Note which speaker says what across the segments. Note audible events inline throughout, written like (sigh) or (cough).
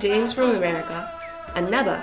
Speaker 1: James from America, and Naba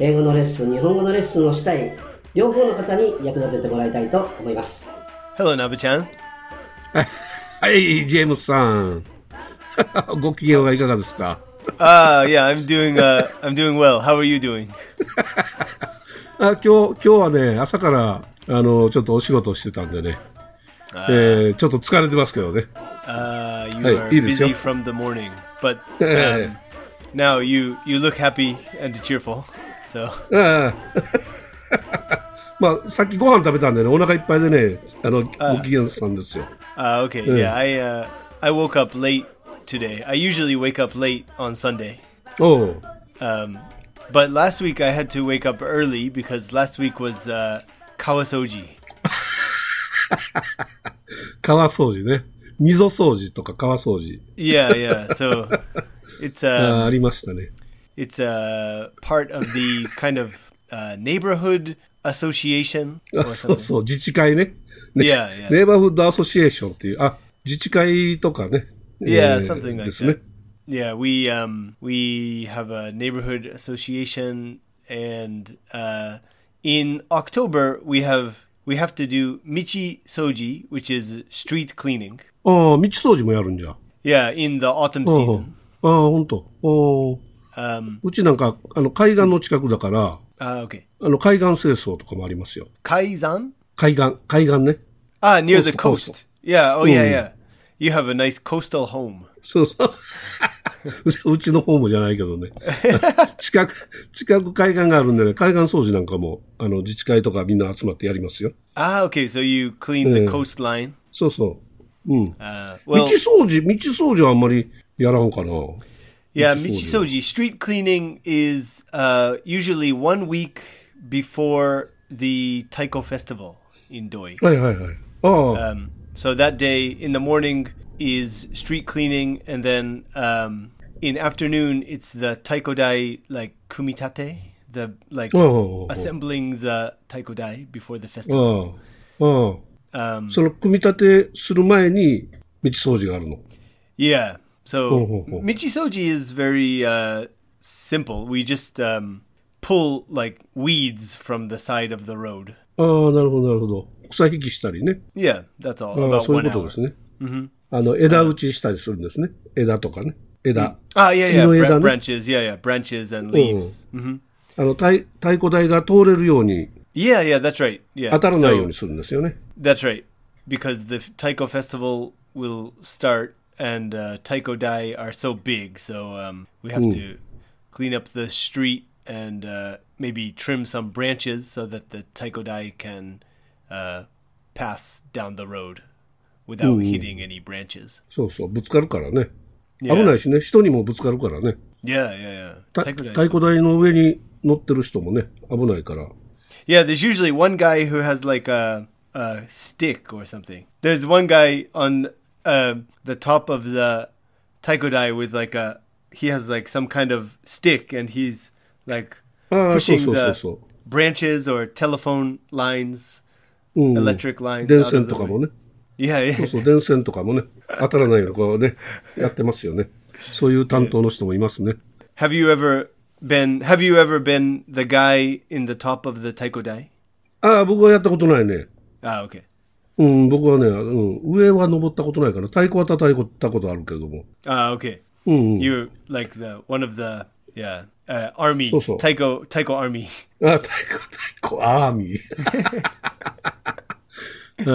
Speaker 2: 英語のレッスン日本語のレッスンをしたい両方の方に役立ててもらいたいと思います
Speaker 3: Hello, Nabu-chan.
Speaker 4: はい、ジェームスさん。 (laughs) ご機嫌はいかがですか
Speaker 3: Ah, yeah, I'm doing. Uh, I'm doing well. How are you doing?
Speaker 4: あ今日、今日はね、朝から、あの、ちょっとお仕事をしてたんでね、えーちょっと疲れてますけどね。
Speaker 3: Uh, you are
Speaker 4: Hey, eat it,
Speaker 3: busy
Speaker 4: yo.
Speaker 3: from the morning, but
Speaker 4: え
Speaker 3: um, now you you look happy and cheerful. So
Speaker 4: えええまあ、さっきご飯食べたんでね、お腹いっぱいでね、あの、ご機嫌さんですよ。
Speaker 3: uh, okay, yeah, I uh, I woke up late today. I usually wake up late on Sunday,
Speaker 4: おう。
Speaker 3: um, but last week I had to wake up early because last week was uh, kawasoji.
Speaker 4: 川掃除ね。溝掃除とか川掃除。
Speaker 3: Yeah, yeah. So it's
Speaker 4: あ
Speaker 3: uh,
Speaker 4: ありましたね。
Speaker 3: it's uh, part of the kind of uh, neighborhood association
Speaker 4: あ
Speaker 3: or
Speaker 4: そう
Speaker 3: something.
Speaker 4: そう、自治会ね。ね
Speaker 3: Yeah, yeah.
Speaker 4: ネイバーフードアソシエーションっていう、あ、自治会とかね。
Speaker 3: Yeah, something like
Speaker 4: ですね
Speaker 3: that.。Yeah, we um we have a neighborhood association, and uh, in October we have we have to do michi soji, which is street cleaning.
Speaker 4: ああ、道掃除もやるんじゃ。
Speaker 3: Yeah, in the autumn
Speaker 4: ああ、
Speaker 3: season.
Speaker 4: 本当。おー
Speaker 3: Um,
Speaker 4: うちなんか、あの、海岸の近くだから、
Speaker 3: uh, okay,
Speaker 4: あの、海岸清掃とかもありますよ。
Speaker 3: kaizan.
Speaker 4: 海岸、海岸ね。
Speaker 3: Ah, near the coast.
Speaker 4: Coast, coast.
Speaker 3: Yeah. Oh, yeah,
Speaker 4: Mm.
Speaker 3: yeah. You have a nice coastal home.
Speaker 4: そうそう。 (laughs) うちうちの方もじゃないけどね。 (laughs) 近く、近く海岸があるんでね、海岸掃除なんかも、あの、自治会とかみんな集まってやりますよ。
Speaker 3: Ah, okay. So you clean
Speaker 4: Mm.
Speaker 3: the coastline.
Speaker 4: そうそう。うん。
Speaker 3: Uh,
Speaker 4: 道
Speaker 3: well,
Speaker 4: 掃除、道掃除はあんまりやらんかな。
Speaker 3: Yeah, Michisoji.
Speaker 4: Michisoji.
Speaker 3: Street cleaning is uh, usually one week before the Taiko Festival in Doi.
Speaker 4: はいはいはい。ああ、
Speaker 3: Um, so that day in the morning is street cleaning, and then um, in afternoon it's the Taikodai like kumitate, the like
Speaker 4: Oh, oh, oh, oh.
Speaker 3: assembling the Taikodai before the festival.
Speaker 4: ああ、ああ。
Speaker 3: Um,
Speaker 4: その組み立てする前に道掃除があるの。
Speaker 3: Yeah. So
Speaker 4: Ho, ho, ho.
Speaker 3: Michisoji is very uh, simple. We just um, pull like weeds from the side of the road.
Speaker 4: ああ、なるほど、なるほど。草引きしたりね。
Speaker 3: Yeah, that's all.
Speaker 4: あ
Speaker 3: about
Speaker 4: あそうい
Speaker 3: one
Speaker 4: うこと
Speaker 3: hour.
Speaker 4: ですね。あの、枝打ちしたりするんですね。枝とかね。枝。
Speaker 3: Ah, yeah, yeah.
Speaker 4: Kino
Speaker 3: bra-
Speaker 4: edan.
Speaker 3: branches. Yeah, yeah. Branches and leaves. hmm
Speaker 4: あの、太太鼓台が通れるように、
Speaker 3: Yeah, yeah. That's right. Yeah.
Speaker 4: 当たらないよう
Speaker 3: So,
Speaker 4: にするんですよね。
Speaker 3: that's right. Because the Taiko festival will start, and uh, Taiko Dai are so big, so um, we have to clean up the street and uh, maybe trim some branches so that the Taiko Dai can uh, pass down the road without hitting any branches.
Speaker 4: そうそう、ぶつかるからね。
Speaker 3: Yeah.
Speaker 4: 危ないしね、人にもぶつかるからね。
Speaker 3: Yeah, yeah, yeah.
Speaker 4: た
Speaker 3: Taiko
Speaker 4: 太
Speaker 3: Dai.
Speaker 4: 鼓台の上に乗ってる人もね、危ないから。
Speaker 3: Yeah, there's usually one guy who has like a, a stick or something. There's one guy on uh, the top of the taikodai with like a he has like some kind of stick and he's like
Speaker 4: ああ、そう
Speaker 3: pushing
Speaker 4: そうそう
Speaker 3: the
Speaker 4: そ
Speaker 3: branches or telephone lines,
Speaker 4: う。うん。
Speaker 3: electric lines.
Speaker 4: 電
Speaker 3: out
Speaker 4: 線
Speaker 3: of
Speaker 4: と
Speaker 3: the
Speaker 4: か
Speaker 3: way.
Speaker 4: もね。
Speaker 3: Yeah,
Speaker 4: そ
Speaker 3: yeah,
Speaker 4: うそう、電線とかもね、当たらないようにこうね、やってますよね。そういう担当の人もいますね。
Speaker 3: Have you ever been? Have you ever been the guy in the top of the taikodai?
Speaker 4: ああ、僕はやったことないね。
Speaker 3: Ah, okay.
Speaker 4: うん、僕はね、うん、上は登ったことないから、太鼓は叩いたことあるけども。
Speaker 3: Ah, okay.
Speaker 4: うん、うん。
Speaker 3: You're like the one of the yeah uh, army
Speaker 4: So-so.
Speaker 3: taiko taiko army. (laughs)
Speaker 4: ああ、太鼓、太鼓、アーミ (laughs) ー。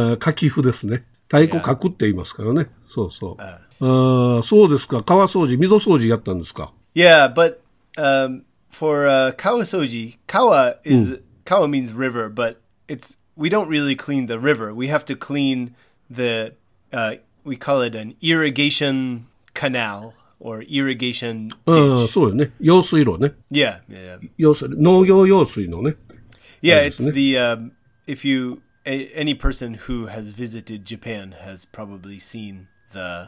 Speaker 4: ああ、書き譜ですね。太鼓書くって言いますからね。そうそう。ああ、そうですか。川掃除、溝掃除やったんですか。
Speaker 3: Yeah, but um, for uh, kawasoji, kawa is kawa means river, but it's we don't really clean the river. We have to clean the uh, we call it an irrigation canal or irrigation
Speaker 4: ああ、
Speaker 3: ditch.
Speaker 4: そうよね。用水路ね。
Speaker 3: Yeah, yeah, yeah.
Speaker 4: 用水、農業用水のね。
Speaker 3: yeah
Speaker 4: Nice,
Speaker 3: it's
Speaker 4: isn't it?
Speaker 3: the um, if you a, any person who has visited Japan has probably seen the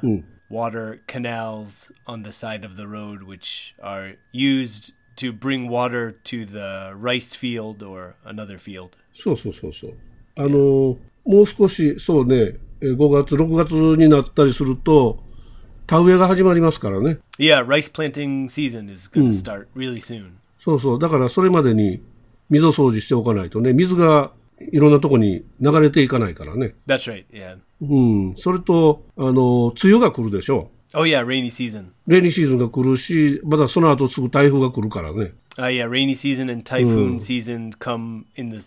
Speaker 3: water canals on the side of the road, which are used to bring water to the rice field or another field.
Speaker 4: そうそうそうそう。あのー、もう少し、そうね、えー5月、6月になったりすると、田植えが始まりますからね。
Speaker 3: Yeah, rice planting season is going to start really soon.
Speaker 4: そうそう。だからそれまでに水を掃除しておかないとね、水がいろんなとこに流れていかないからね。
Speaker 3: That's right. Yeah.
Speaker 4: うん。それと、あの、梅雨が来るでしょ
Speaker 3: Oh yeah, rainy season.
Speaker 4: レニーシーズンが来るし、まだその後すぐ台風が来るからね。
Speaker 3: Uh, yeah, rainy season and typhoon season come in the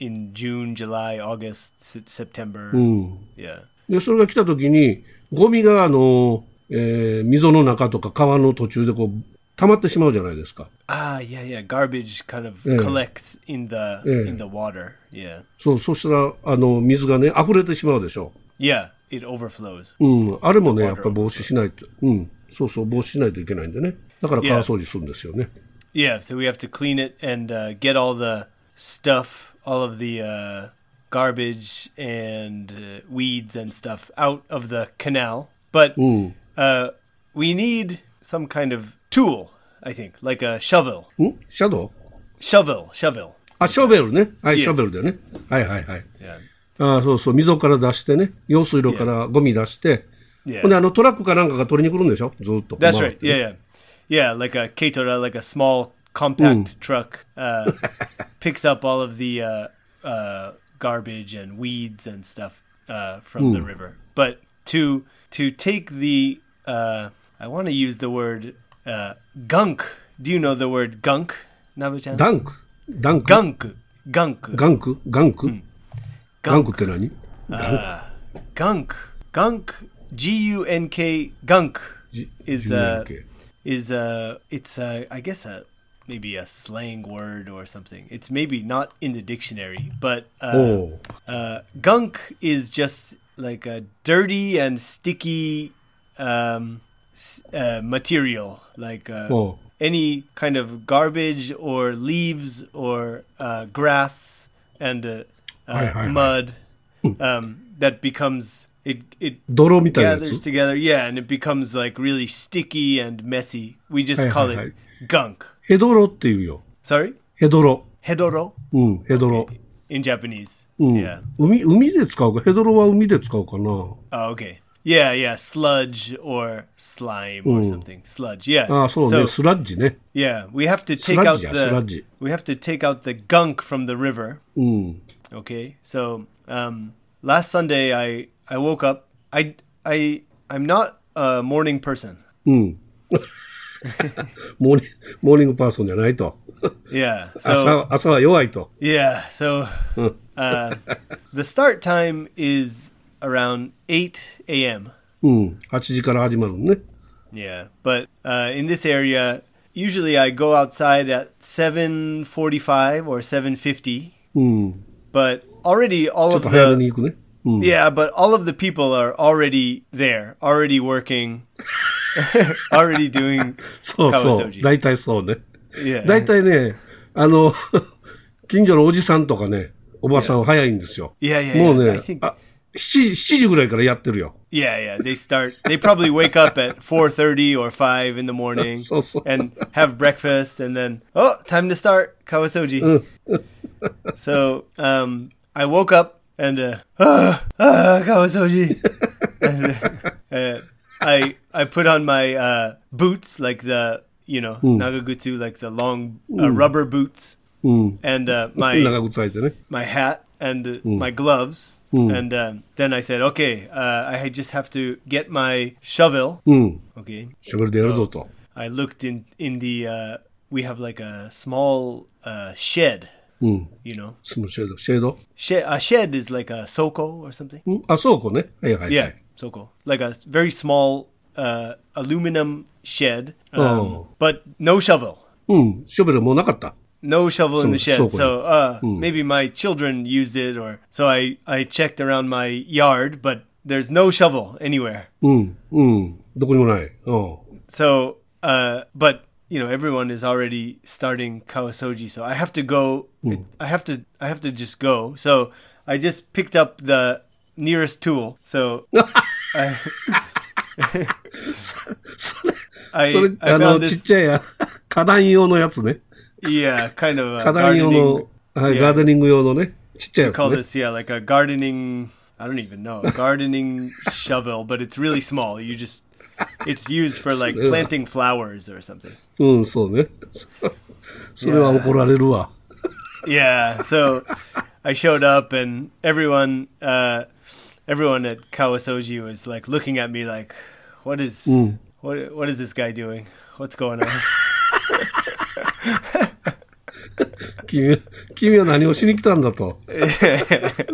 Speaker 3: in June, July, August, se- September. Yeah.
Speaker 4: で、それが来た時に、ゴミがあの、えー溝の中とか川の途中でこう、溜まってしまうじゃないですか。
Speaker 3: Ah, yeah, yeah. Garbage kind of
Speaker 4: Yeah.
Speaker 3: collects in the
Speaker 4: Yeah.
Speaker 3: in the water. Yeah,
Speaker 4: そう、そしたら、あの、水がね、溢れてしまうでしょ。
Speaker 3: yeah. It overflows.
Speaker 4: うん。あれもね、やっぱり防止しないと。うん。そうそう、防止しないといけないんでね。だから川掃除するんですよね。
Speaker 3: Yeah, so we have to clean it and uh, get all the stuff, all of the uh, garbage and uh, weeds and stuff out of the canal. But uh, we need some kind of tool, I think, like a shovel.
Speaker 4: んシャドウ
Speaker 3: Shovel, shovel.
Speaker 4: あ、ショベルね。はい、
Speaker 3: Yes.
Speaker 4: ショベルだよね。はいはいはい。
Speaker 3: Yeah.
Speaker 4: ああ、そうそう、溝から出してね、用水路からゴミ出して、
Speaker 3: Yeah.
Speaker 4: ほんで、あのトラックかなんかが取りに来るんでしょずーっと。
Speaker 3: That's
Speaker 4: 回っ
Speaker 3: right.
Speaker 4: て
Speaker 3: Yeah,
Speaker 4: ね
Speaker 3: yeah, yeah. Like a Katora, like a small compact truck, (laughs) uh, picks up all of the uh, uh, garbage and weeds and stuff uh, from the river. But to to take the, uh, I want to use the word uh, gunk. Do you know the word gunk, Nabuchan?
Speaker 4: ダンク。ダンク。
Speaker 3: Gunk, gunk, gunk,
Speaker 4: ガンクガンク、ガンクって何
Speaker 3: gunk, gunk. G U N K gunk
Speaker 4: G-
Speaker 3: is uh,
Speaker 4: GUNK
Speaker 3: is uh it's uh I guess a maybe a slang word or something. It's maybe not in the dictionary, but
Speaker 4: お
Speaker 3: uh,
Speaker 4: う
Speaker 3: uh gunk is just like a dirty and sticky um s- uh, material like uh,
Speaker 4: Oh.
Speaker 3: any kind of garbage or leaves or uh, grass and uh,
Speaker 4: Hi, hi,
Speaker 3: uh,
Speaker 4: Hmm. hi.
Speaker 3: mud um, that becomes it it
Speaker 4: 泥みたいなや
Speaker 3: gathers
Speaker 4: つ。
Speaker 3: together, yeah, and it becomes like really sticky and messy. We just
Speaker 4: Hey,
Speaker 3: call
Speaker 4: hey,
Speaker 3: it gunk.
Speaker 4: ヘドロっていうよ。
Speaker 3: Sorry,
Speaker 4: ヘドロ。
Speaker 3: hedoro
Speaker 4: うん、ヘドロ。
Speaker 3: in Japanese.
Speaker 4: Hmm.
Speaker 3: Yeah.
Speaker 4: 海、海で使うかヘドロは海で使うかな
Speaker 3: Oh, okay. Yeah, yeah, sludge or slime or something. Sludge. Yeah.
Speaker 4: ああ、そうね。スラッジね。
Speaker 3: yeah, we have to take
Speaker 4: Ah, Sludge,
Speaker 3: out
Speaker 4: yeah,
Speaker 3: the
Speaker 4: sludge.
Speaker 3: we have to take out the gunk from the river. Okay. So, um, last Sunday I I woke up. I I I'm not a morning person.
Speaker 4: モーニングモーニングパーソンじゃな
Speaker 3: (laughs)
Speaker 4: いと。
Speaker 3: Yeah. So
Speaker 4: 朝、朝は弱いと。
Speaker 3: Yeah, so uh, the start time is around 8 a.m.
Speaker 4: うん。8時から始まるのね。
Speaker 3: Yeah, but uh, in this area, usually I go outside at 7:45 or 7:50. But already all
Speaker 4: ちょっ
Speaker 3: of
Speaker 4: と早め
Speaker 3: the
Speaker 4: に行くね。うん。
Speaker 3: yeah, but all of the people are already there, already working, (laughs) already doing
Speaker 4: そうそう。
Speaker 3: Kawasoji
Speaker 4: 大体そうね。
Speaker 3: yeah.
Speaker 4: 大体ね、あの、 (laughs) 近所のおじさんとかね、おばさんは早いんですよ。
Speaker 3: いやいやいや
Speaker 4: もう
Speaker 3: I
Speaker 4: ね
Speaker 3: think-
Speaker 4: あ7時、7時ぐらいからやってるよ。
Speaker 3: Yeah, yeah. They start. They probably wake up at four thirty or five in the morning
Speaker 4: So, so.
Speaker 3: and have breakfast, and then oh, time to start kawasoji. (laughs) so um, I woke up and uh, ah, ah, kawasoji. and, uh, I I put on my uh, boots, like the you know nagagutsu, like the long uh, rubber boots, and uh,
Speaker 4: (laughs)
Speaker 3: my
Speaker 4: 長靴履いてね。
Speaker 3: my hat and uh, my gloves. And um, then I said, okay, uh, I just have to get my shovel. Okay.
Speaker 4: ショベルでやるぞと。
Speaker 3: I looked in, in the, uh, we have like a small uh, shed, you know.
Speaker 4: そのシェード、シェード。
Speaker 3: Shed, a shed is like a soko or something.
Speaker 4: うんあ、倉庫ね。はいはいは
Speaker 3: Yeah,
Speaker 4: い。
Speaker 3: soko. Like a very small uh, aluminum shed, um,
Speaker 4: Oh.
Speaker 3: but no shovel.
Speaker 4: うん、ショベルもうなかった。
Speaker 3: no shovel in the shed.
Speaker 4: So- so
Speaker 3: So,
Speaker 4: good.
Speaker 3: uh,
Speaker 4: Hmm.
Speaker 3: maybe my children used it, or so I I checked around my yard, but there's no shovel anywhere.
Speaker 4: うん、うん、どこにもない。うん。
Speaker 3: So, uh, but you know, everyone is already starting Kawasoji, so I have to go.
Speaker 4: Hmm.
Speaker 3: I have to. I have to just go. So I just picked up the nearest tool. So
Speaker 4: (laughs) それ、
Speaker 3: I,
Speaker 4: それ、
Speaker 3: I
Speaker 4: あの、
Speaker 3: found
Speaker 4: ちっ
Speaker 3: this.
Speaker 4: ちゃい (laughs) や、花壇用のやつね。
Speaker 3: Yeah, kind of a
Speaker 4: 花壇用
Speaker 3: gardening.
Speaker 4: の、はい、
Speaker 3: Yeah.
Speaker 4: ガーデニング用のね、ちっちゃいや
Speaker 3: Call
Speaker 4: つね。
Speaker 3: this yeah, like a gardening. I don't even know a gardening shovel, but it's really small. You just it's used for like
Speaker 4: Yeah.
Speaker 3: planting flowers or something.
Speaker 4: うん、そうね。そそれは怒られるわ。
Speaker 3: yeah so i showed up and everyone uh everyone at kawasoji was like looking at me like what is what what is this guy doing what's going on
Speaker 4: 君は、君は何をしに来たんだと。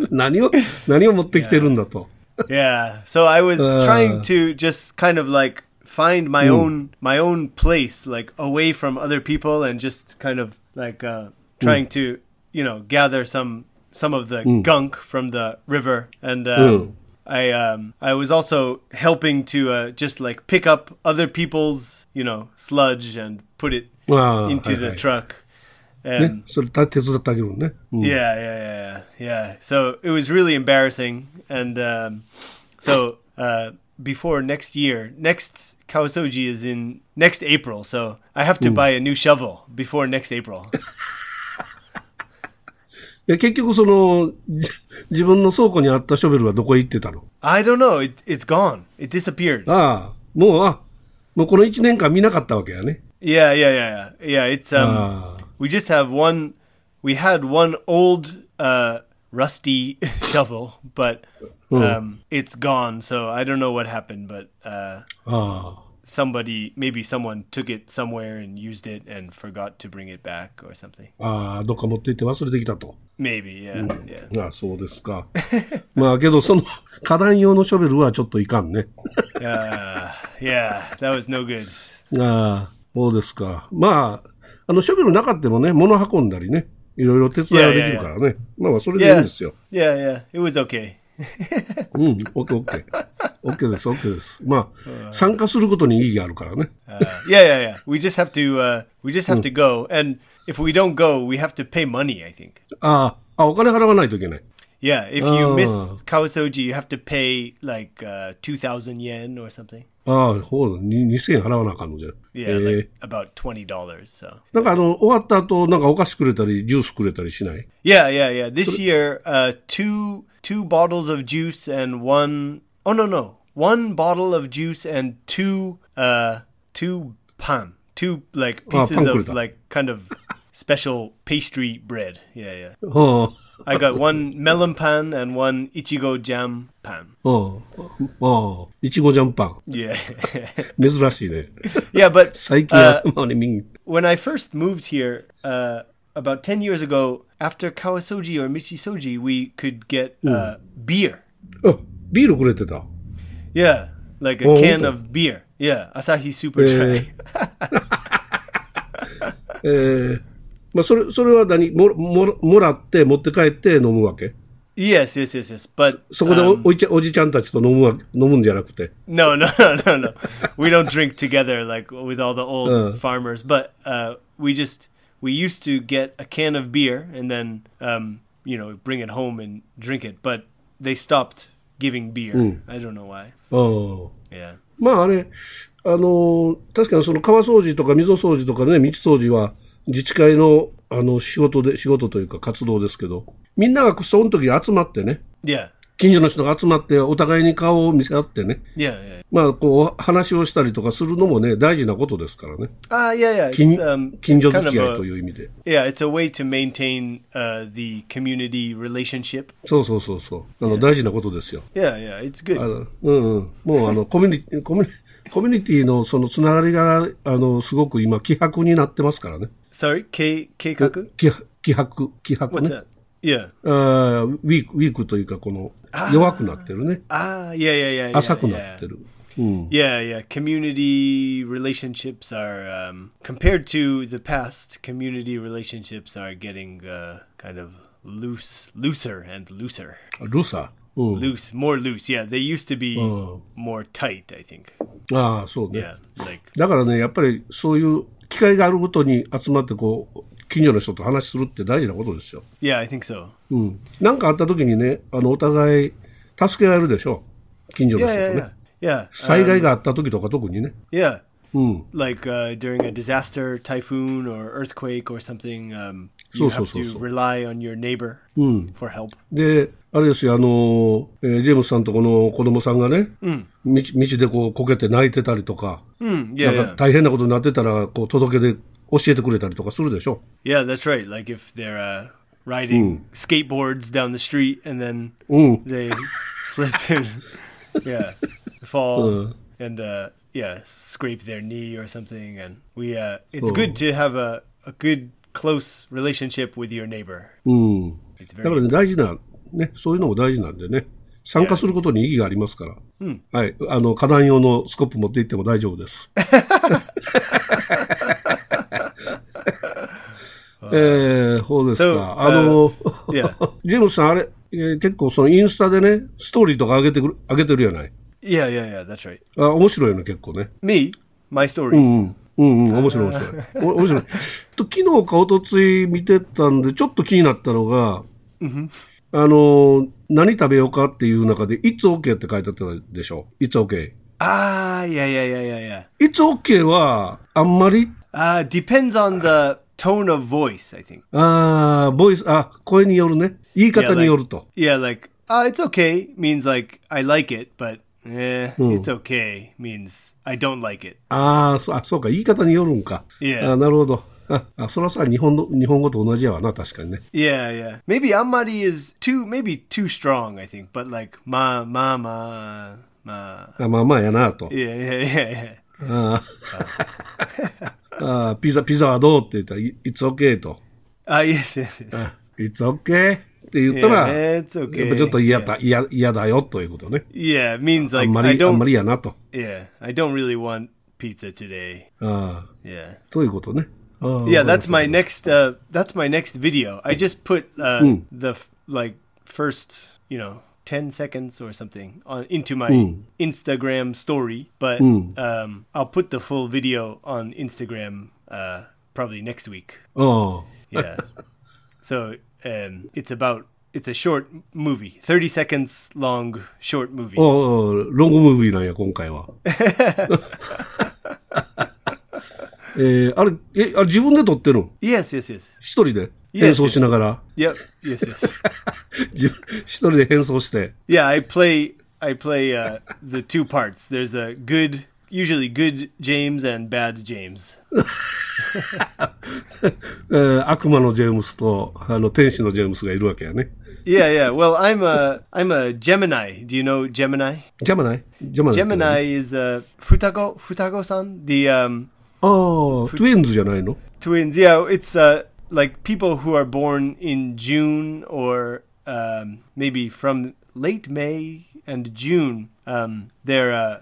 Speaker 4: 何を、何を持ってきてるんだと。
Speaker 3: yeah so i was
Speaker 4: Uh.
Speaker 3: trying to just kind of like find my own my own place like away from other people and just kind of like uh trying to you know gather some some of the gunk from the river and um,
Speaker 4: Mm.
Speaker 3: I um I was also helping to uh, just like pick up other people's you know sludge and put it
Speaker 4: ああ、
Speaker 3: into
Speaker 4: はい
Speaker 3: the
Speaker 4: はい
Speaker 3: truck.
Speaker 4: ね
Speaker 3: And、
Speaker 4: それた手伝ってあげるのね。うん
Speaker 3: yeah, yeah, yeah, yeah, yeah. So it was really embarrassing. And um, so uh, before next year, next Kawasoji is in next April. So I have to buy a new shovel before next April. (laughs)
Speaker 4: で結局その、じ自分の倉庫にあったショベルはどこへ行ってたの
Speaker 3: I don't know. It, it's gone. It disappeared.
Speaker 4: ああ、もう、あ、もうこの1年間見なかったわけやね。
Speaker 3: Yeah, yeah, yeah, yeah. Yeah, it's um.
Speaker 4: ああ、
Speaker 3: We just have one. We had one old, uh, rusty (laughs) shovel, but um, it's gone. So I don't know what happened, but uh,
Speaker 4: ああ。
Speaker 3: somebody, maybe someone, took it somewhere and used it and forgot to bring it back or something.
Speaker 4: ああ、どっか持って行って忘れてきたと。
Speaker 3: Maybe, yeah, yeah.
Speaker 4: ああ、そうですか。まあけど、その、花壇用のショベルはちょっといかんね。
Speaker 3: Uh, yeah, that was no good.
Speaker 4: ああ、そうですか。まあ、あの、ショベルなかったもね、物運んだりね、いろいろ手伝いはできるからね。まあまあ、それでいいん
Speaker 3: Yeah,
Speaker 4: ですよ。
Speaker 3: yeah, yeah. It was okay.
Speaker 4: うん、オッケーオッケー。 (laughs) オッケーです、オッケーです。まあ、参加することに意義があるからね。
Speaker 3: Uh, yeah, yeah, yeah. We just have to. Uh, we just have to go, and if we don't go, we have to pay money. I think.
Speaker 4: ああ、あ、お金払わないといけない。
Speaker 3: Yeah, if you miss
Speaker 4: Oh.
Speaker 3: Kawasoji, you have to pay like uh, 2,000 yen or something.
Speaker 4: ああ、ほう、に2000円払わなあかんのじゃん。
Speaker 3: Yeah,
Speaker 4: えー
Speaker 3: like about $20. So,
Speaker 4: なんかあの、終わった後、なんかお菓子くれたり、ジュースくれたりしない
Speaker 3: yeah, yeah, yeah. This year, uh, two two bottles of juice and one oh no, no. One bottle of juice and two uh two pan. Two like
Speaker 4: Oh,
Speaker 3: pieces of
Speaker 4: pankurta.
Speaker 3: like kind of special pastry bread. Yeah, yeah.
Speaker 4: は
Speaker 3: I got one melon pan and one ichigo jam pan.
Speaker 4: あ、はあ、はあ、いちごジャンパ
Speaker 3: Yeah. (laughs)
Speaker 4: ン。珍しいね。
Speaker 3: yeah, but uh,
Speaker 4: 最近は、まあね、みん
Speaker 3: when I first moved here, uh, about 10 years ago, after Kawasoji or Michisoji, we could get uh, beer.
Speaker 4: あ、ビールくれてた。
Speaker 3: Yeah, like a
Speaker 4: Oh,
Speaker 3: can
Speaker 4: okay.
Speaker 3: of beer. Yeah, Asahi Super Dry.
Speaker 4: えー、まあ、それ、それは何も、も、もらって、持って帰って飲むわけ
Speaker 3: (laughs) yes, yes, yes, yes. But
Speaker 4: そこでお、
Speaker 3: um,
Speaker 4: おいちゃおじちゃんたちと飲むわけ、飲むんじゃなくて。
Speaker 3: no, (laughs) no, no, no, no. we don't drink together like with all the old
Speaker 4: Uh.
Speaker 3: farmers. But uh, we just we used to get a can of beer and then um, you know bring it home and drink it. But they stopped giving beer. I don't know why.
Speaker 4: うん。
Speaker 3: Yeah.
Speaker 4: まああれ、あのー確かにその川掃除とか溝掃除とかね、道掃除は自治会のあの仕事で、仕事というか活動ですけど、みんながその時集まってね、
Speaker 3: Yeah.
Speaker 4: 近所の人が集まってお互いに顔を見せ合ってね、
Speaker 3: Yeah, yeah.
Speaker 4: まあこう話をしたりとかするのもね、大事なことですからね。
Speaker 3: Ah, yeah, yeah.
Speaker 4: 近
Speaker 3: It's, um,
Speaker 4: 近所
Speaker 3: it's kind
Speaker 4: 付
Speaker 3: of
Speaker 4: き合いと
Speaker 3: a,
Speaker 4: いう意味で。
Speaker 3: yeah, it's a way to maintain uh, the community relationship.
Speaker 4: そうそうそうそう。あの大事なことですよ。
Speaker 3: Yeah, yeah, it's good.
Speaker 4: あのうんうん。もうあのコミュニティ、コミュニコミュニティのそのつながりが、あの、すごく今、希薄になってますからね。
Speaker 3: Sorry, K Keikaku.
Speaker 4: 希薄、希薄、希薄
Speaker 3: What's
Speaker 4: ね
Speaker 3: that?。Yeah.
Speaker 4: あーウィーク、ウィークというか、この、弱くなってるね。
Speaker 3: Ah, yeah, yeah, yeah. yeah
Speaker 4: 浅くな
Speaker 3: yeah.
Speaker 4: ってる。
Speaker 3: Yeah, yeah. Community relationships are um, compared to the past. Community
Speaker 4: Mm.
Speaker 3: relationships are getting uh, kind of loose, looser and looser.
Speaker 4: ルサ
Speaker 3: Loose, more loose. Yeah, they used to be more tight, I think.
Speaker 4: ああ、そうね。
Speaker 3: Yeah, like
Speaker 4: だからね、やっぱりそういう機会があるごとに集まってこう、近所の人と話するって大事なことですよ。
Speaker 3: yeah, I think so.
Speaker 4: うん。なんかあった時にね、あの、お互い助け合えるでしょう。近所の
Speaker 3: Yeah,
Speaker 4: 人と
Speaker 3: yeah,
Speaker 4: ね。
Speaker 3: yeah. Yeah,
Speaker 4: 災
Speaker 3: um,
Speaker 4: 害があった時とか特にね。
Speaker 3: yeah.
Speaker 4: うん。
Speaker 3: Like uh, during a disaster, typhoon or earthquake or something, um,
Speaker 4: So,
Speaker 3: you
Speaker 4: so,
Speaker 3: have
Speaker 4: so, Hmm.
Speaker 3: to
Speaker 4: so.
Speaker 3: rely on your neighbor for help.
Speaker 4: で、あれですよ、あの、えージェームスさんとこの子供さんがね、道道でこうこけて泣いてたりとか、
Speaker 3: Mm, yeah,
Speaker 4: なんか
Speaker 3: yeah,
Speaker 4: 大変なことになってたら、こう届けで教えてくれたりとかするでしょ。
Speaker 3: yeah. That's right. Like if they're uh, riding
Speaker 4: Hmm.
Speaker 3: skateboards down the street and then
Speaker 4: うん。
Speaker 3: they
Speaker 4: (laughs)
Speaker 3: slip and yeah fall and uh yeah scrape their knee or something and we uh it's
Speaker 4: Oh.
Speaker 3: good to have a, a good close relationship with your neighbor
Speaker 4: Hmm. うん。
Speaker 3: it's
Speaker 4: だから
Speaker 3: very
Speaker 4: ね、大事な、ね、そういうのも大事なんでね、参加することに意義がありますから、はい、あの、花壇用のスコップ持って行っても大丈夫 (laughs) です。えー、そうです
Speaker 3: So,
Speaker 4: か。あの、
Speaker 3: yeah
Speaker 4: (laughs) ジェームスさん、あれ、えー結構そのインスタでね、ストーリーとか上げてくる、上げてるやない。
Speaker 3: yeah yeah yeah that's right
Speaker 4: あ、面白いよね、結構ね。
Speaker 3: me my stories
Speaker 4: うん。うんうん、面白い面白い。お面白い。と昨日か一昨日見てたんで、ちょっと気になったのが、あの、何食べようかっていう中で、It's OK って書いてあったでしょ。It's OK。
Speaker 3: ah yeah yeah yeah yeah yeah
Speaker 4: It's OK は、あんまり、
Speaker 3: uh depends on the tone of voice i think
Speaker 4: あーボイス、あ、声によるね。言い
Speaker 3: yeah
Speaker 4: 方による
Speaker 3: like,
Speaker 4: と。
Speaker 3: yeah like uh it's okay means like i like it but eh, it's okay means i don't like it
Speaker 4: あーそあ、そうか、言い方によるんか。
Speaker 3: Yeah
Speaker 4: あなるほど。あ、あそらさ、日本の、日本語と同じやわな、確かにね。
Speaker 3: Yeah, yeah. Maybe Amari is too, maybe too strong, I think. But like, ma, ma, ma, ma.
Speaker 4: あまあまあやなと。
Speaker 3: Yeah, yeah, yeah, yeah.
Speaker 4: あーあー、ピザ、ピザはどうって言ったら、い It's okay と。
Speaker 3: Ah, yes, yes, yes.
Speaker 4: It's okay って言ったら、
Speaker 3: Yeah, it's
Speaker 4: やっ
Speaker 3: okay.
Speaker 4: ぱちょっと嫌だ、嫌、嫌だよということね。
Speaker 3: Yeah, it means
Speaker 4: あ
Speaker 3: like
Speaker 4: んま
Speaker 3: I
Speaker 4: り、あんま
Speaker 3: don't.
Speaker 4: りやなと。
Speaker 3: Yeah, I don't really want pizza today.
Speaker 4: あ
Speaker 3: Yeah.
Speaker 4: あ、ということね。ああ
Speaker 3: Yeah, that's my next. Uh, that's my next video. I just put uh, the f- like first, you know, ten seconds or something on into my Instagram story. But um, I'll put the full video on Instagram uh, probably next week.
Speaker 4: あ
Speaker 3: Yeah. so um, it's about it's a short movie, thirty seconds long, short movie.
Speaker 4: あ、おうおうロングムービーなんや、今
Speaker 3: (laughs)
Speaker 4: 回は。えー、あれ、え、あれ自分で撮ってるの
Speaker 3: Yes, yes, yes.
Speaker 4: 一人で
Speaker 3: Yes.
Speaker 4: 演奏しながら。
Speaker 3: Yep. Yes, yes.
Speaker 4: 自分一人で変装して。
Speaker 3: Yeah, I play I play uh, the two parts. There's a good, usually good James and bad James.
Speaker 4: えー悪魔のジェームスと、あの、天使のジェームスがいるわけやね。
Speaker 3: Yeah, yeah. Well, I'm a I'm a Gemini. Do you know Gemini?
Speaker 4: ジャマナイジャマナイ
Speaker 3: Gemini
Speaker 4: って何。
Speaker 3: is uh, Futago Futago-san, the um,
Speaker 4: ああ、トゥインズじゃないの
Speaker 3: twins. Yeah, it's uh, like people who are born in June or um, maybe from late May and June. Um, their uh,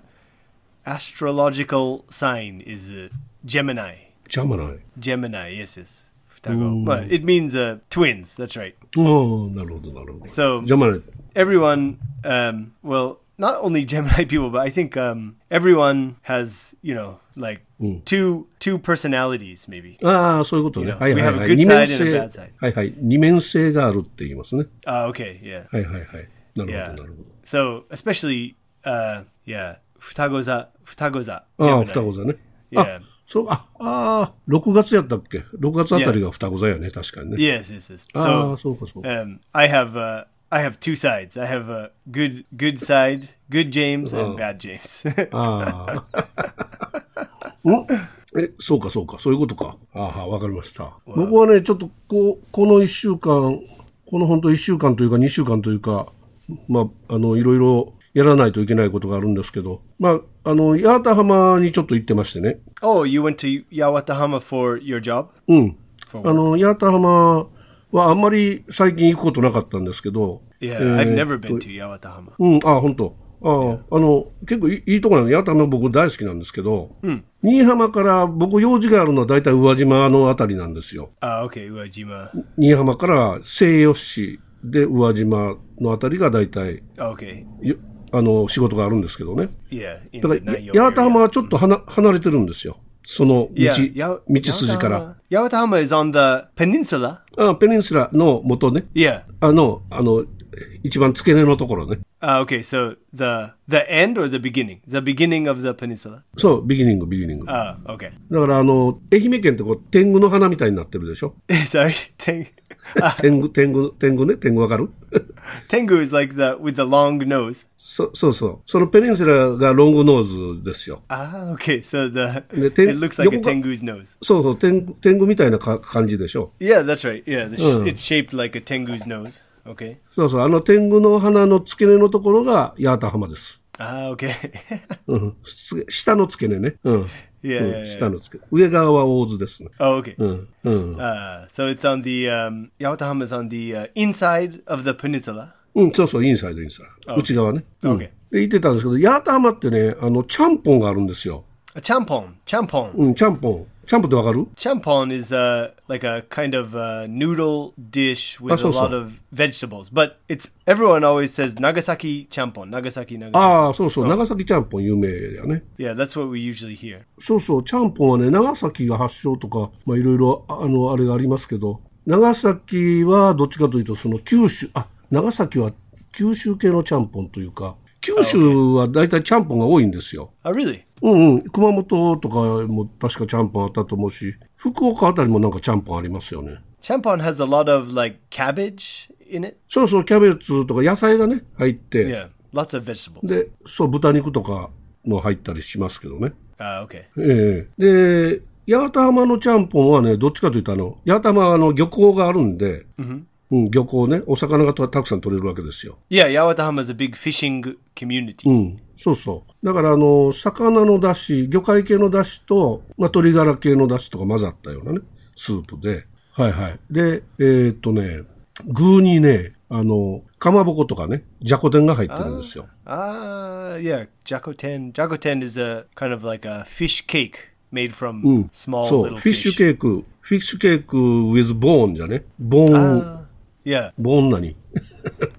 Speaker 3: astrological sign is uh, Gemini.
Speaker 4: ジャマナイ。
Speaker 3: Gemini, yes, yes. Futago. But it means uh, twins, that's right.
Speaker 4: おーなるほど、なるほど。
Speaker 3: So
Speaker 4: ジャマネ、
Speaker 3: everyone, um, well, not only (laughs) Gemini people, but I think um, everyone has, you know, like two two personalities, maybe.
Speaker 4: ああ、そういうことね。
Speaker 3: You know,
Speaker 4: はいは
Speaker 3: we
Speaker 4: い
Speaker 3: have
Speaker 4: は
Speaker 3: a
Speaker 4: い。
Speaker 3: good
Speaker 4: 二面
Speaker 3: side and
Speaker 4: 性。
Speaker 3: a
Speaker 4: は
Speaker 3: bad side.
Speaker 4: いはい。二面性があるって言いますね。
Speaker 3: Ah, okay, yeah.
Speaker 4: はいはいはい。なるほど、なる
Speaker 3: So especially, uh, yeah, Futagoza, Futagoza.
Speaker 4: ほど。あ
Speaker 3: Gemini.
Speaker 4: あ、双子座ね。
Speaker 3: Yeah.
Speaker 4: そう、あ、ああ、6月やったっけ ?6 月あたりが双子座やね、確かにね。
Speaker 3: Yes, yes, yes.
Speaker 4: あ
Speaker 3: So
Speaker 4: あ、そうかそうか。
Speaker 3: um, I have uh, I have two sides. I have a good good side, good James, and bad James. (laughs)
Speaker 4: あ (laughs) あ。んえ、そうかそうか、そういうことか。ああ、わかりました。僕はね、ちょっとこう、この1週間、この本当1週間というか2週間というか、まあ、あの、いろいろやらないといけないことがあるんですけど、まあ、あの、八幡浜にちょっと行ってましてね。
Speaker 3: Oh, you went to Yawatahama for your job?
Speaker 4: うん。
Speaker 3: For
Speaker 4: あ
Speaker 3: work?
Speaker 4: の、八幡浜はあんまり最近行くことなかったんですけど、
Speaker 3: Yeah,
Speaker 4: えー
Speaker 3: I've never been to Yawatahama.
Speaker 4: うん、あ、本当。あ、あの、結構いいいいとこなんで、八幡浜僕大好きなんですけど、新居浜から僕用事があるのは大体宇和島のあたりなんですよ。
Speaker 3: Ah, okay, Uajima.
Speaker 4: 新居浜から西予市、で、宇和島のあたりが大体、
Speaker 3: Okay.
Speaker 4: よあの、仕事があるんですけどね。
Speaker 3: Yeah. In
Speaker 4: だ
Speaker 3: the
Speaker 4: から、
Speaker 3: Nanyo
Speaker 4: や八幡浜
Speaker 3: area.
Speaker 4: はちょっとはな離れてるんですよ。その道、
Speaker 3: Yeah, Yao-
Speaker 4: 道筋から。
Speaker 3: Yawatahama- Yawatahama is on the peninsula.
Speaker 4: あペニンスラの元ね。
Speaker 3: Yeah.
Speaker 4: あの、あの、一番付け根のところね。
Speaker 3: Uh, okay, so the the end or the beginning? The beginning of the peninsula.
Speaker 4: そう、ビギニング、ビギニング。だ
Speaker 3: Ah, okay. (laughs)
Speaker 4: から、あの、愛媛県ってこう、天狗の花みたいになってるでしょ。
Speaker 3: Sorry. Ten-
Speaker 4: 天狗、天狗、天狗ね。天狗わかる (laughs)
Speaker 3: Tengu is like the with the long nose.
Speaker 4: そそうそう。そのペニンスラがロングノーズですよ。
Speaker 3: Ah, okay. So the
Speaker 4: The ten-
Speaker 3: it looks like a
Speaker 4: Yokoga-
Speaker 3: tengu's nose.
Speaker 4: そうそう、天狗、天狗みたいなか感じでしょ。
Speaker 3: Yeah, that's right. Yeah, the sh-
Speaker 4: Mm.
Speaker 3: it's shaped like a tengu's nose. Okay.
Speaker 4: そうそう、あの天狗の花の付け根のところが八幡浜です。
Speaker 3: Ah, okay. (laughs)
Speaker 4: うん、す下の付け根ね。うん。
Speaker 3: いやいやいや
Speaker 4: うん下の付け上側は大津ですね。
Speaker 3: oh, okay.
Speaker 4: うん。うん。
Speaker 3: Uh, so it's on the um, Yautaham is on the uh, inside of the peninsula.
Speaker 4: うん、そうそう、インサイド、インサイド。内側ね。うん
Speaker 3: Okay.
Speaker 4: で、言ってたんですけど、八幡浜ってね、あの、ちゃんぽんがあるんですよ。
Speaker 3: A champon, champon,
Speaker 4: うん、ちゃんぽん。ちゃんぽんってわかる
Speaker 3: champon is uh, like a kind of uh, noodle dish with
Speaker 4: so,
Speaker 3: a lot
Speaker 4: so.
Speaker 3: of vegetables. But it's everyone always says Nagasaki champon, Nagasaki, Nagasaki.
Speaker 4: ああ、そうそう、長崎ちゃんぽん有名だよね。
Speaker 3: yeah, that's what we usually hear.
Speaker 4: そうそう、ちゃんぽんはね、長崎が発祥とか、まあ、いろいろ、ああの、あれがありますけど、長崎はどっちかというと、その九州、あ、長崎は九州系のちゃんぽんというか、九州は大体ちゃんぽんが多いんですよ。
Speaker 3: Oh, really?
Speaker 4: うんうん、熊本とかも確かちゃんぽんあったと思うし、福岡あたりもなんかちゃんぽんありますよね。
Speaker 3: Champon has a lot of like cabbage in it.
Speaker 4: そうそう、キャベツとか野菜がね、入って、
Speaker 3: Yeah, lots of vegetables.
Speaker 4: で、そう、豚肉とかも入ったりしますけどね。
Speaker 3: Ah, okay.
Speaker 4: ええで、八幡浜のちゃんぽんはね、どっちかというと、あの、八幡浜はあの漁港があるんで、うん、漁港ね、お魚がたたくさん取れるわけですよ。
Speaker 3: Yeah, Yautaham is a big fishing community.
Speaker 4: うん、そうそう。だから、あの、魚の出汁、魚介系の出汁と、まあ、鶏ガラ系の出汁とか混ざったようなね、スープで。はいはい。で、えーっとね、具にね、あの、かまぼことかね、じゃこ天が入ってるんですよ。
Speaker 3: Ah, yeah, jacoten. Jacoten is a kind of like a fish cake made from small
Speaker 4: そう、
Speaker 3: little
Speaker 4: フィッシュ
Speaker 3: fish.
Speaker 4: ケーク、フィッシュケーク with ボーンじゃね。ボーン、
Speaker 3: Yeah,
Speaker 4: ボーン何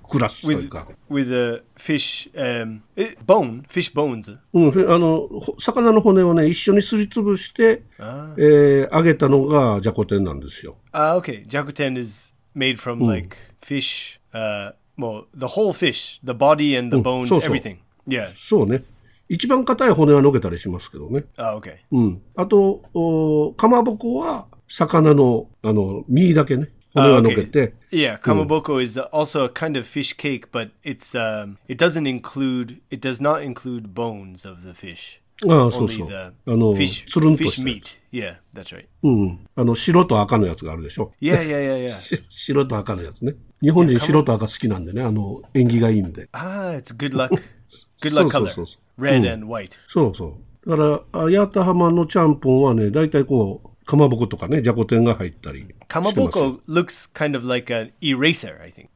Speaker 4: クラッシュとい
Speaker 3: with (laughs)
Speaker 4: うか。
Speaker 3: with a fish um eh, bone, fish bones.
Speaker 4: うん、ふあの、ほ魚の骨をね、一緒にすりつぶして、えー揚げたのがじゃこ天なんですよ。
Speaker 3: Ah, okay. Jacoten is made from like fish. Uh, well, the whole fish, the body and the bones,
Speaker 4: so, so.
Speaker 3: everything. Yeah.
Speaker 4: そうね。一番硬い骨はのけたりしますけどね。
Speaker 3: Ah, okay.
Speaker 4: うん。あと、おかまぼこは、魚の、あの、身だけね。骨はのけて。
Speaker 3: Uh, Yeah, kamaboko is also a kind of fish cake, but it's um, it doesn't include it does not include bones of the fish.
Speaker 4: ああ、そう
Speaker 3: Only
Speaker 4: そう。
Speaker 3: the
Speaker 4: あの、
Speaker 3: fish
Speaker 4: つるんと
Speaker 3: fish
Speaker 4: したやつ。
Speaker 3: meat. Yeah, that's right.
Speaker 4: うん。あの、白と赤のやつがあるでしょ。
Speaker 3: Yeah, yeah, yeah, yeah.
Speaker 4: し (laughs) 白と赤のやつね。日本人白と赤好きなんでね。あの、縁起がいいんで。
Speaker 3: Ah, it's good luck. Good luck
Speaker 4: So, so,
Speaker 3: color.
Speaker 4: so, so.
Speaker 3: Red
Speaker 4: Mm.
Speaker 3: and white.
Speaker 4: そうそう。だから、あ八幡浜のちゃんぽんはね、大体こう、かまぼことかね、じゃこ天が入ったりしてますよ。
Speaker 3: Kamaboko looks kind of like an eraser, I think.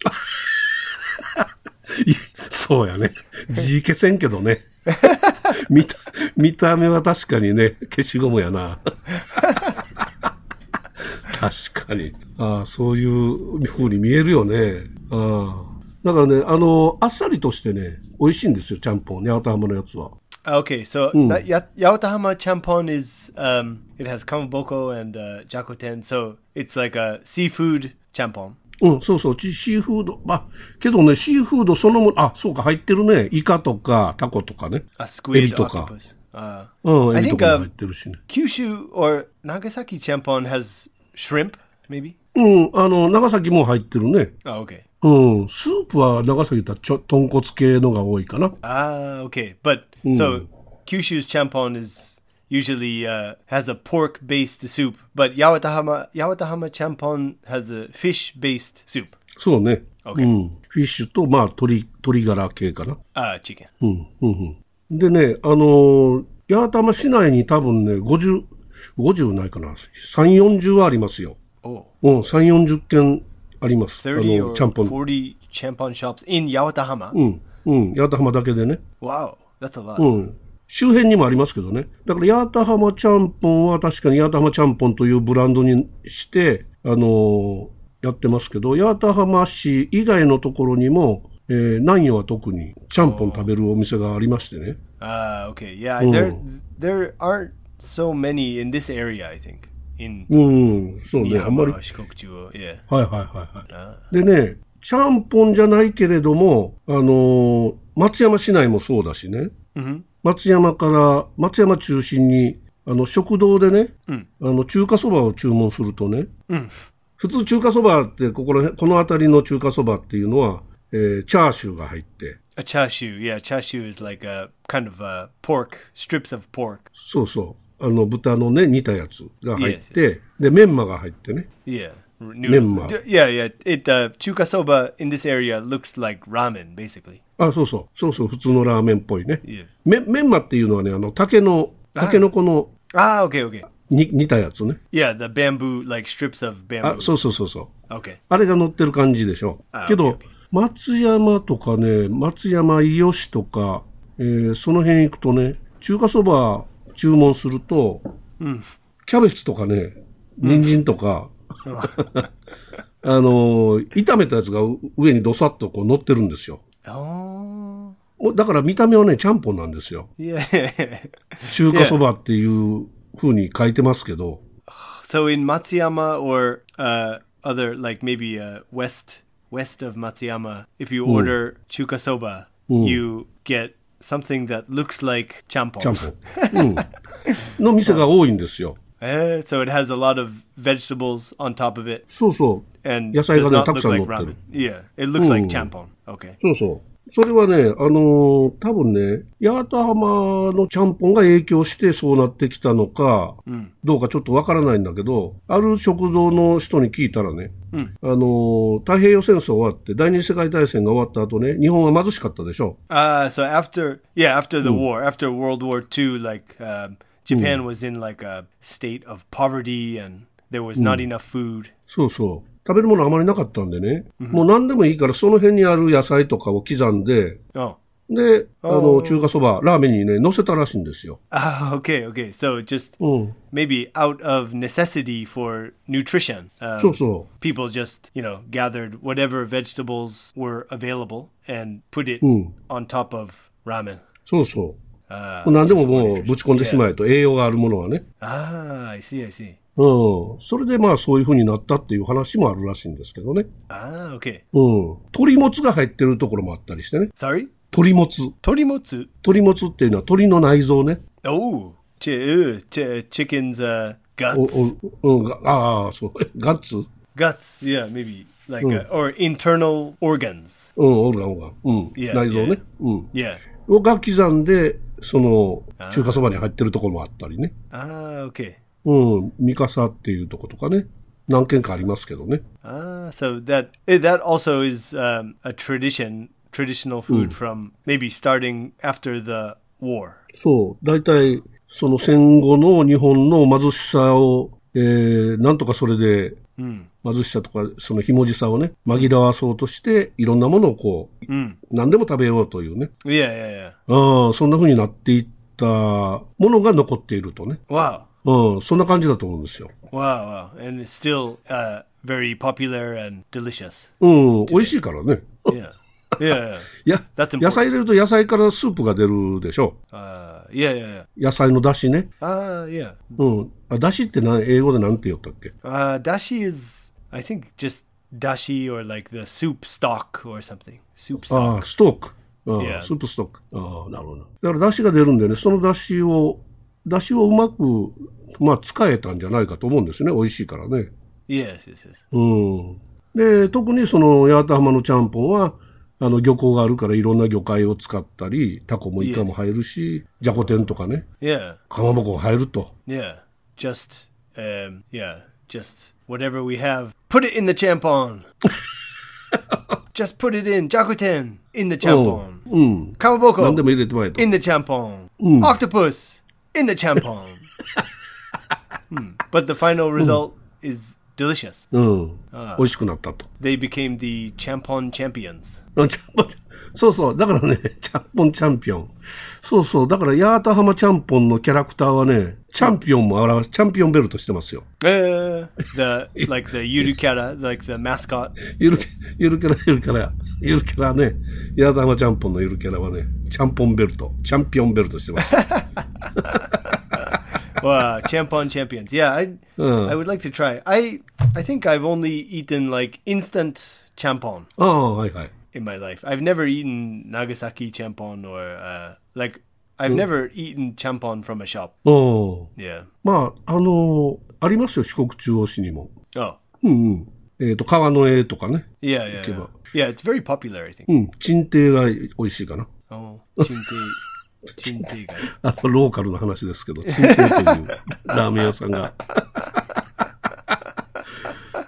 Speaker 4: いそうやね。字消せんけどね。見た、見た目は確かにね、消しゴムやな。確かに。ああ、そういう風に見えるよね。ああ。だからね、あの、あっさりとしてね、美味しいんですよ、ちゃんぽんね、八幡浜のやつは。
Speaker 3: Ah, Okay, so na Ya- Yautahama champon is um, it has kamaboko and uh, jacoten, so it's like a seafood champon.
Speaker 4: うん、そうそう、ちシーフード。まあ、けどね、シーフードそのもの、あ、そうか、入ってるね。イカとか、タコとかね。
Speaker 3: A
Speaker 4: エビ
Speaker 3: squid
Speaker 4: とか。
Speaker 3: octopus. Uh,
Speaker 4: うん、エ
Speaker 3: I
Speaker 4: ビと
Speaker 3: think
Speaker 4: か Ah, も
Speaker 3: um,
Speaker 4: 入ってるしね。
Speaker 3: Kyushu or Nagasaki champon has shrimp, maybe.
Speaker 4: うん、あの、長崎も入ってるね。
Speaker 3: Oh, okay.
Speaker 4: うん、スープは長崎だったらちょ豚骨系のが多いかな。
Speaker 3: Ah, okay. But so Kyushu's champon is usually uh, has a pork-based soup, but Yawatahama Yawatahama champon has a fish-based soup.
Speaker 4: そうね。
Speaker 3: Okay.
Speaker 4: うん。フィッシュと、まあ、鶏、鶏ガラ系かな。
Speaker 3: Ah, chicken.
Speaker 4: でね、あのー八幡浜市内に多分ね、50、50ないかな。3、40はありますよ。
Speaker 3: Oh,
Speaker 4: うん、3、40軒あります。あ
Speaker 3: 30
Speaker 4: の、
Speaker 3: or
Speaker 4: ちゃんぽん。
Speaker 3: 40 champon shops in Yawatahama.
Speaker 4: うん、うん、八幡浜だけでね。
Speaker 3: Wow, that's a lot.
Speaker 4: うん。周辺にもありますけどね。だから、八幡浜ちゃんぽんは確かに八幡浜ちゃんぽんというブランドにして、あのー八やってますけど、八幡浜市以外のところにも、えー、南陽は特にちゃんぽん食べるお店がありましてね。
Speaker 3: Ah, okay. Yeah, there there aren't so many in this area, I think. In
Speaker 4: うん、そうね、あんまり
Speaker 3: Nihama, Shikokuchi, yeah.
Speaker 4: はいはいはいはい。でね、ちゃんぽんじゃないけれども、あのー松山市内もそうだしね、松山から、松山中心に、あの、食堂でね、あの、中華そばを注文するとね、普通中華そばって、ここら辺、この辺りの中華そばっていうのは、えーチャーシューが入って、
Speaker 3: A chashu, yeah, chashu is like a kind of a pork, strips of pork.
Speaker 4: そうそう、あの、豚のね、煮たやつが入って、で、メンマが入ってね、
Speaker 3: Yeah. r- noodles.
Speaker 4: Nimma.
Speaker 3: D- Yeah, yeah. It uh, chuka soba in this area looks like ramen, basically.
Speaker 4: あ、そうそう、そうそう、普通のラーメンっぽいね。
Speaker 3: Yeah.
Speaker 4: メメンマっていうのはね、あの、竹の、竹のこの、
Speaker 3: Ah, okay, okay.
Speaker 4: に煮たやつね。
Speaker 3: Yeah, the bamboo, like strips of
Speaker 4: あ
Speaker 3: bamboo.
Speaker 4: そうそうそうそう。
Speaker 3: okay.
Speaker 4: あれが乗ってる感じでしょ
Speaker 3: あ。
Speaker 4: け
Speaker 3: オッ
Speaker 4: ど
Speaker 3: ケーオッケー、
Speaker 4: 松山とかね、松山伊しとか、えーその辺行くとね、中華そば注文すると、キャベツとかね、人参とか、 (laughs) あのー炒めたやつがう上にどさっとこう乗ってるんですよ。
Speaker 3: Oh.
Speaker 4: おだから見た目はね、ちゃんぽんなんですよ。
Speaker 3: Yeah. (laughs)
Speaker 4: 中華そばっていう風に書いてますけど、
Speaker 3: so in Matsuyama or uh, other, like maybe uh, west west of Matsuyama, if you order chuka soba, you get something that looks like champon.
Speaker 4: ちゃんぽん。うん。の店が多いんですよ。
Speaker 3: Eh, so it has a lot of vegetables on top of it.
Speaker 4: そうそう。
Speaker 3: and
Speaker 4: Yes, I
Speaker 3: does
Speaker 4: got a
Speaker 3: not look
Speaker 4: taxon
Speaker 3: like
Speaker 4: look at
Speaker 3: ramen.
Speaker 4: it.
Speaker 3: Yeah, it looks like
Speaker 4: Mm.
Speaker 3: champon. Okay.
Speaker 4: そうそう。それはね、あのー多分ね、八幡浜のちゃんぽんが影響してそうなってきたのか、どうかちょっとわからないんだけど、ある食堂の人に聞いたらね、あのー太平洋戦争終わって、第二次世界大戦が終わった後ね、日本は貧しかったでしょ。
Speaker 3: Uh, so after yeah, after the war, after World War II, like um, Japan was in like a state of poverty, and there was not enough food.
Speaker 4: そうそう。食べるものあまりなかったんでね、もう何でもいいからその辺にある野菜とかを刻んで、
Speaker 3: Oh. (laughs)
Speaker 4: で、あ
Speaker 3: お
Speaker 4: の、
Speaker 3: ー
Speaker 4: 中華そば、ラーメンにね、乗せたらしいんですよ。
Speaker 3: Ah, okay, okay. So just
Speaker 4: うん。
Speaker 3: maybe out of necessity for nutrition, um,
Speaker 4: そうそう。
Speaker 3: people just you know gathered whatever vegetables were available and put it on top of ramen. uh,
Speaker 4: そうそう。
Speaker 3: あ
Speaker 4: 何でももうぶち込んでしまえと、栄養があるものはね。
Speaker 3: Ah, I see, I see.
Speaker 4: うん。それでまあそういう風になったっていう話もあるらしいんですけどね。
Speaker 3: Ah, okay.
Speaker 4: うん。鳥もつが入ってるところもあったりしてね。
Speaker 3: Sorry.
Speaker 4: 鳥もつ。
Speaker 3: Torimotsu.
Speaker 4: 鳥もつっていうのは鳥の内臓ね。
Speaker 3: Oh, chi- ew, chi- chicken's uh, guts.
Speaker 4: おおうん、がああ、そう。 (laughs) ガッツ
Speaker 3: Guts, yeah, maybe like uh, or internal organs.
Speaker 4: うん、オルガンオルガン。うん。
Speaker 3: いや
Speaker 4: 内臓
Speaker 3: いや
Speaker 4: ね。うん。
Speaker 3: Yeah.
Speaker 4: をが刻んで、その、中華そばに入ってるところもあったりね。
Speaker 3: Ah, okay.
Speaker 4: うん。三笠っていうとことかね。何軒かありますけどね。
Speaker 3: Ah, so that eh, that also is um, a tradition, traditional food from maybe starting after the war.
Speaker 4: そう、大体、その戦後の日本の貧しさを、えー、なんとかそれで、貧しさとか、そのひもじさをね、紛らわそうとして、いろんなものをこう、何でも食べようというね、
Speaker 3: Yeah, yeah, yeah.
Speaker 4: ああ、そんな風になっていったものが残っているとね、
Speaker 3: Wow,
Speaker 4: うん、そんな感じだと思うんですよ。
Speaker 3: wow, wow, and it's still uh, very popular and delicious.
Speaker 4: うん、美味しいからね。
Speaker 3: Yeah, yeah,
Speaker 4: いや、
Speaker 3: That's important.
Speaker 4: 野菜入れると野菜からスープが出るでしょ。
Speaker 3: yeah. Uh, yeah, yeah, yeah.
Speaker 4: 野菜の出汁ね。
Speaker 3: Ah, yeah.
Speaker 4: うん。あ、出汁ってな、英語でなんて言ったっけ
Speaker 3: Uh, dashi is, I think, just dashi or like the soup stock or something. Soup stock.
Speaker 4: ああ、ストーク。ああ
Speaker 3: Yeah.
Speaker 4: スープストーク。ああ、なるほど。だから、出汁が出るんでね、その出汁を、出汁をうまく、まあ、使えたんじゃないかと思うんですよね。美味しいからね。
Speaker 3: yes, yes, yes.
Speaker 4: うん。で、特にその、八幡浜のちゃんぽんは、あの、漁港があるから、いろんな魚介を使ったり、タコもイカも入るし、じゃこ天とかね、
Speaker 3: Yeah,
Speaker 4: かまぼこが入ると。
Speaker 3: yeah. Just, um, yeah, just whatever we have, put it in the champon. just put it in jakuten in the champon.
Speaker 4: うん。何でも
Speaker 3: Kamaboko
Speaker 4: 入れてまえと。
Speaker 3: in the champon. Octopus in the champon. Hmm. But the final result is Delicious.
Speaker 4: うん。美味しくなったと。
Speaker 3: They became the Champon champions.
Speaker 4: うんちゃんぽん (laughs) そうそう。だからね、ちゃんぽんチャンピオン。そうそう。だから、八幡浜ちゃんぽんのキャラクターはね、チャンピオンも表す、チャンピオンベルトしてますよ。
Speaker 3: Uh, the like the Yurukara, like the mascot.
Speaker 4: ゆる、ゆるキャラ、ゆるキャラ、ゆるキャラね、八幡浜ちゃんぽんのゆるキャラはね、ちゃんぽんベルト、チャンピオンベルトしてます。
Speaker 3: Wow, Champon champions. Yeah, I I would like to try. I I think I've only eaten like instant champon
Speaker 4: ああ、はいはい。
Speaker 3: in my life. I've never eaten Nagasaki champon or uh, like I've never eaten champon from a shop.
Speaker 4: おー
Speaker 3: Yeah.
Speaker 4: まあ、あのーありますよ、四国中央市にも。
Speaker 3: Oh.
Speaker 4: うんうん。えっ、と、川の絵とかね。
Speaker 3: Yeah, yeah. Yeah,
Speaker 4: Kebab.
Speaker 3: yeah it's very popular, I think.
Speaker 4: うん、鎮定が美味しいかな。
Speaker 3: Oh, chinte, chinte.
Speaker 4: あの、ローカルの話ですけど、鎮定というラーメン屋さんが。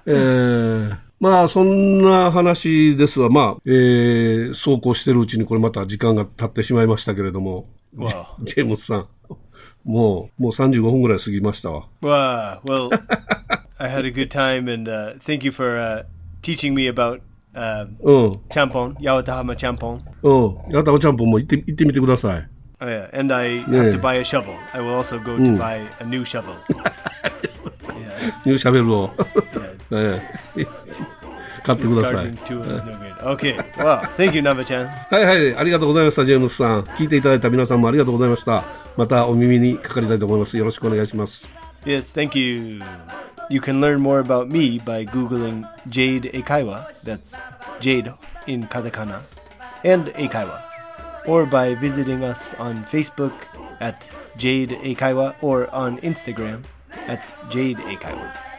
Speaker 4: えーまあ、そんな話ですわ。まあ、えー、走行してるうちにこれまた時間が経ってしまいましたけれども、
Speaker 3: Wow.
Speaker 4: ジェームスさん、もう、もう35分ぐらい過ぎましたわ。
Speaker 3: Wow. Well, I had a good time, and uh, thank you for uh, teaching me about uh,
Speaker 4: うん、
Speaker 3: champon, Yawatahama champon.
Speaker 4: うん。やたおちゃんぽんも行って、行ってみてください。
Speaker 3: Oh, yeah. And I
Speaker 4: Yeah.
Speaker 3: have to buy a shovel. I will also go to buy a new shovel. yeah,
Speaker 4: ニューシャベルを、
Speaker 3: yeah.
Speaker 4: (laughs) ええ買ってください
Speaker 3: Gardening。tool is no good. Okay. Wow. Thank you, Nava-chan.
Speaker 4: はいはい、ありがとうございました、ジェームスさん。聞いていただいた皆さんもありがとうございました。またお耳にかかりたいと思います。よろしくお願いします。
Speaker 3: Yes, thank you. You can learn more about me by googling Jade Eikaiwa. That's Jade in katakana and Eikaiwa. Or by visiting us on Facebook at Jade Eikaiwa or on Instagram at Jade Eikaiwa.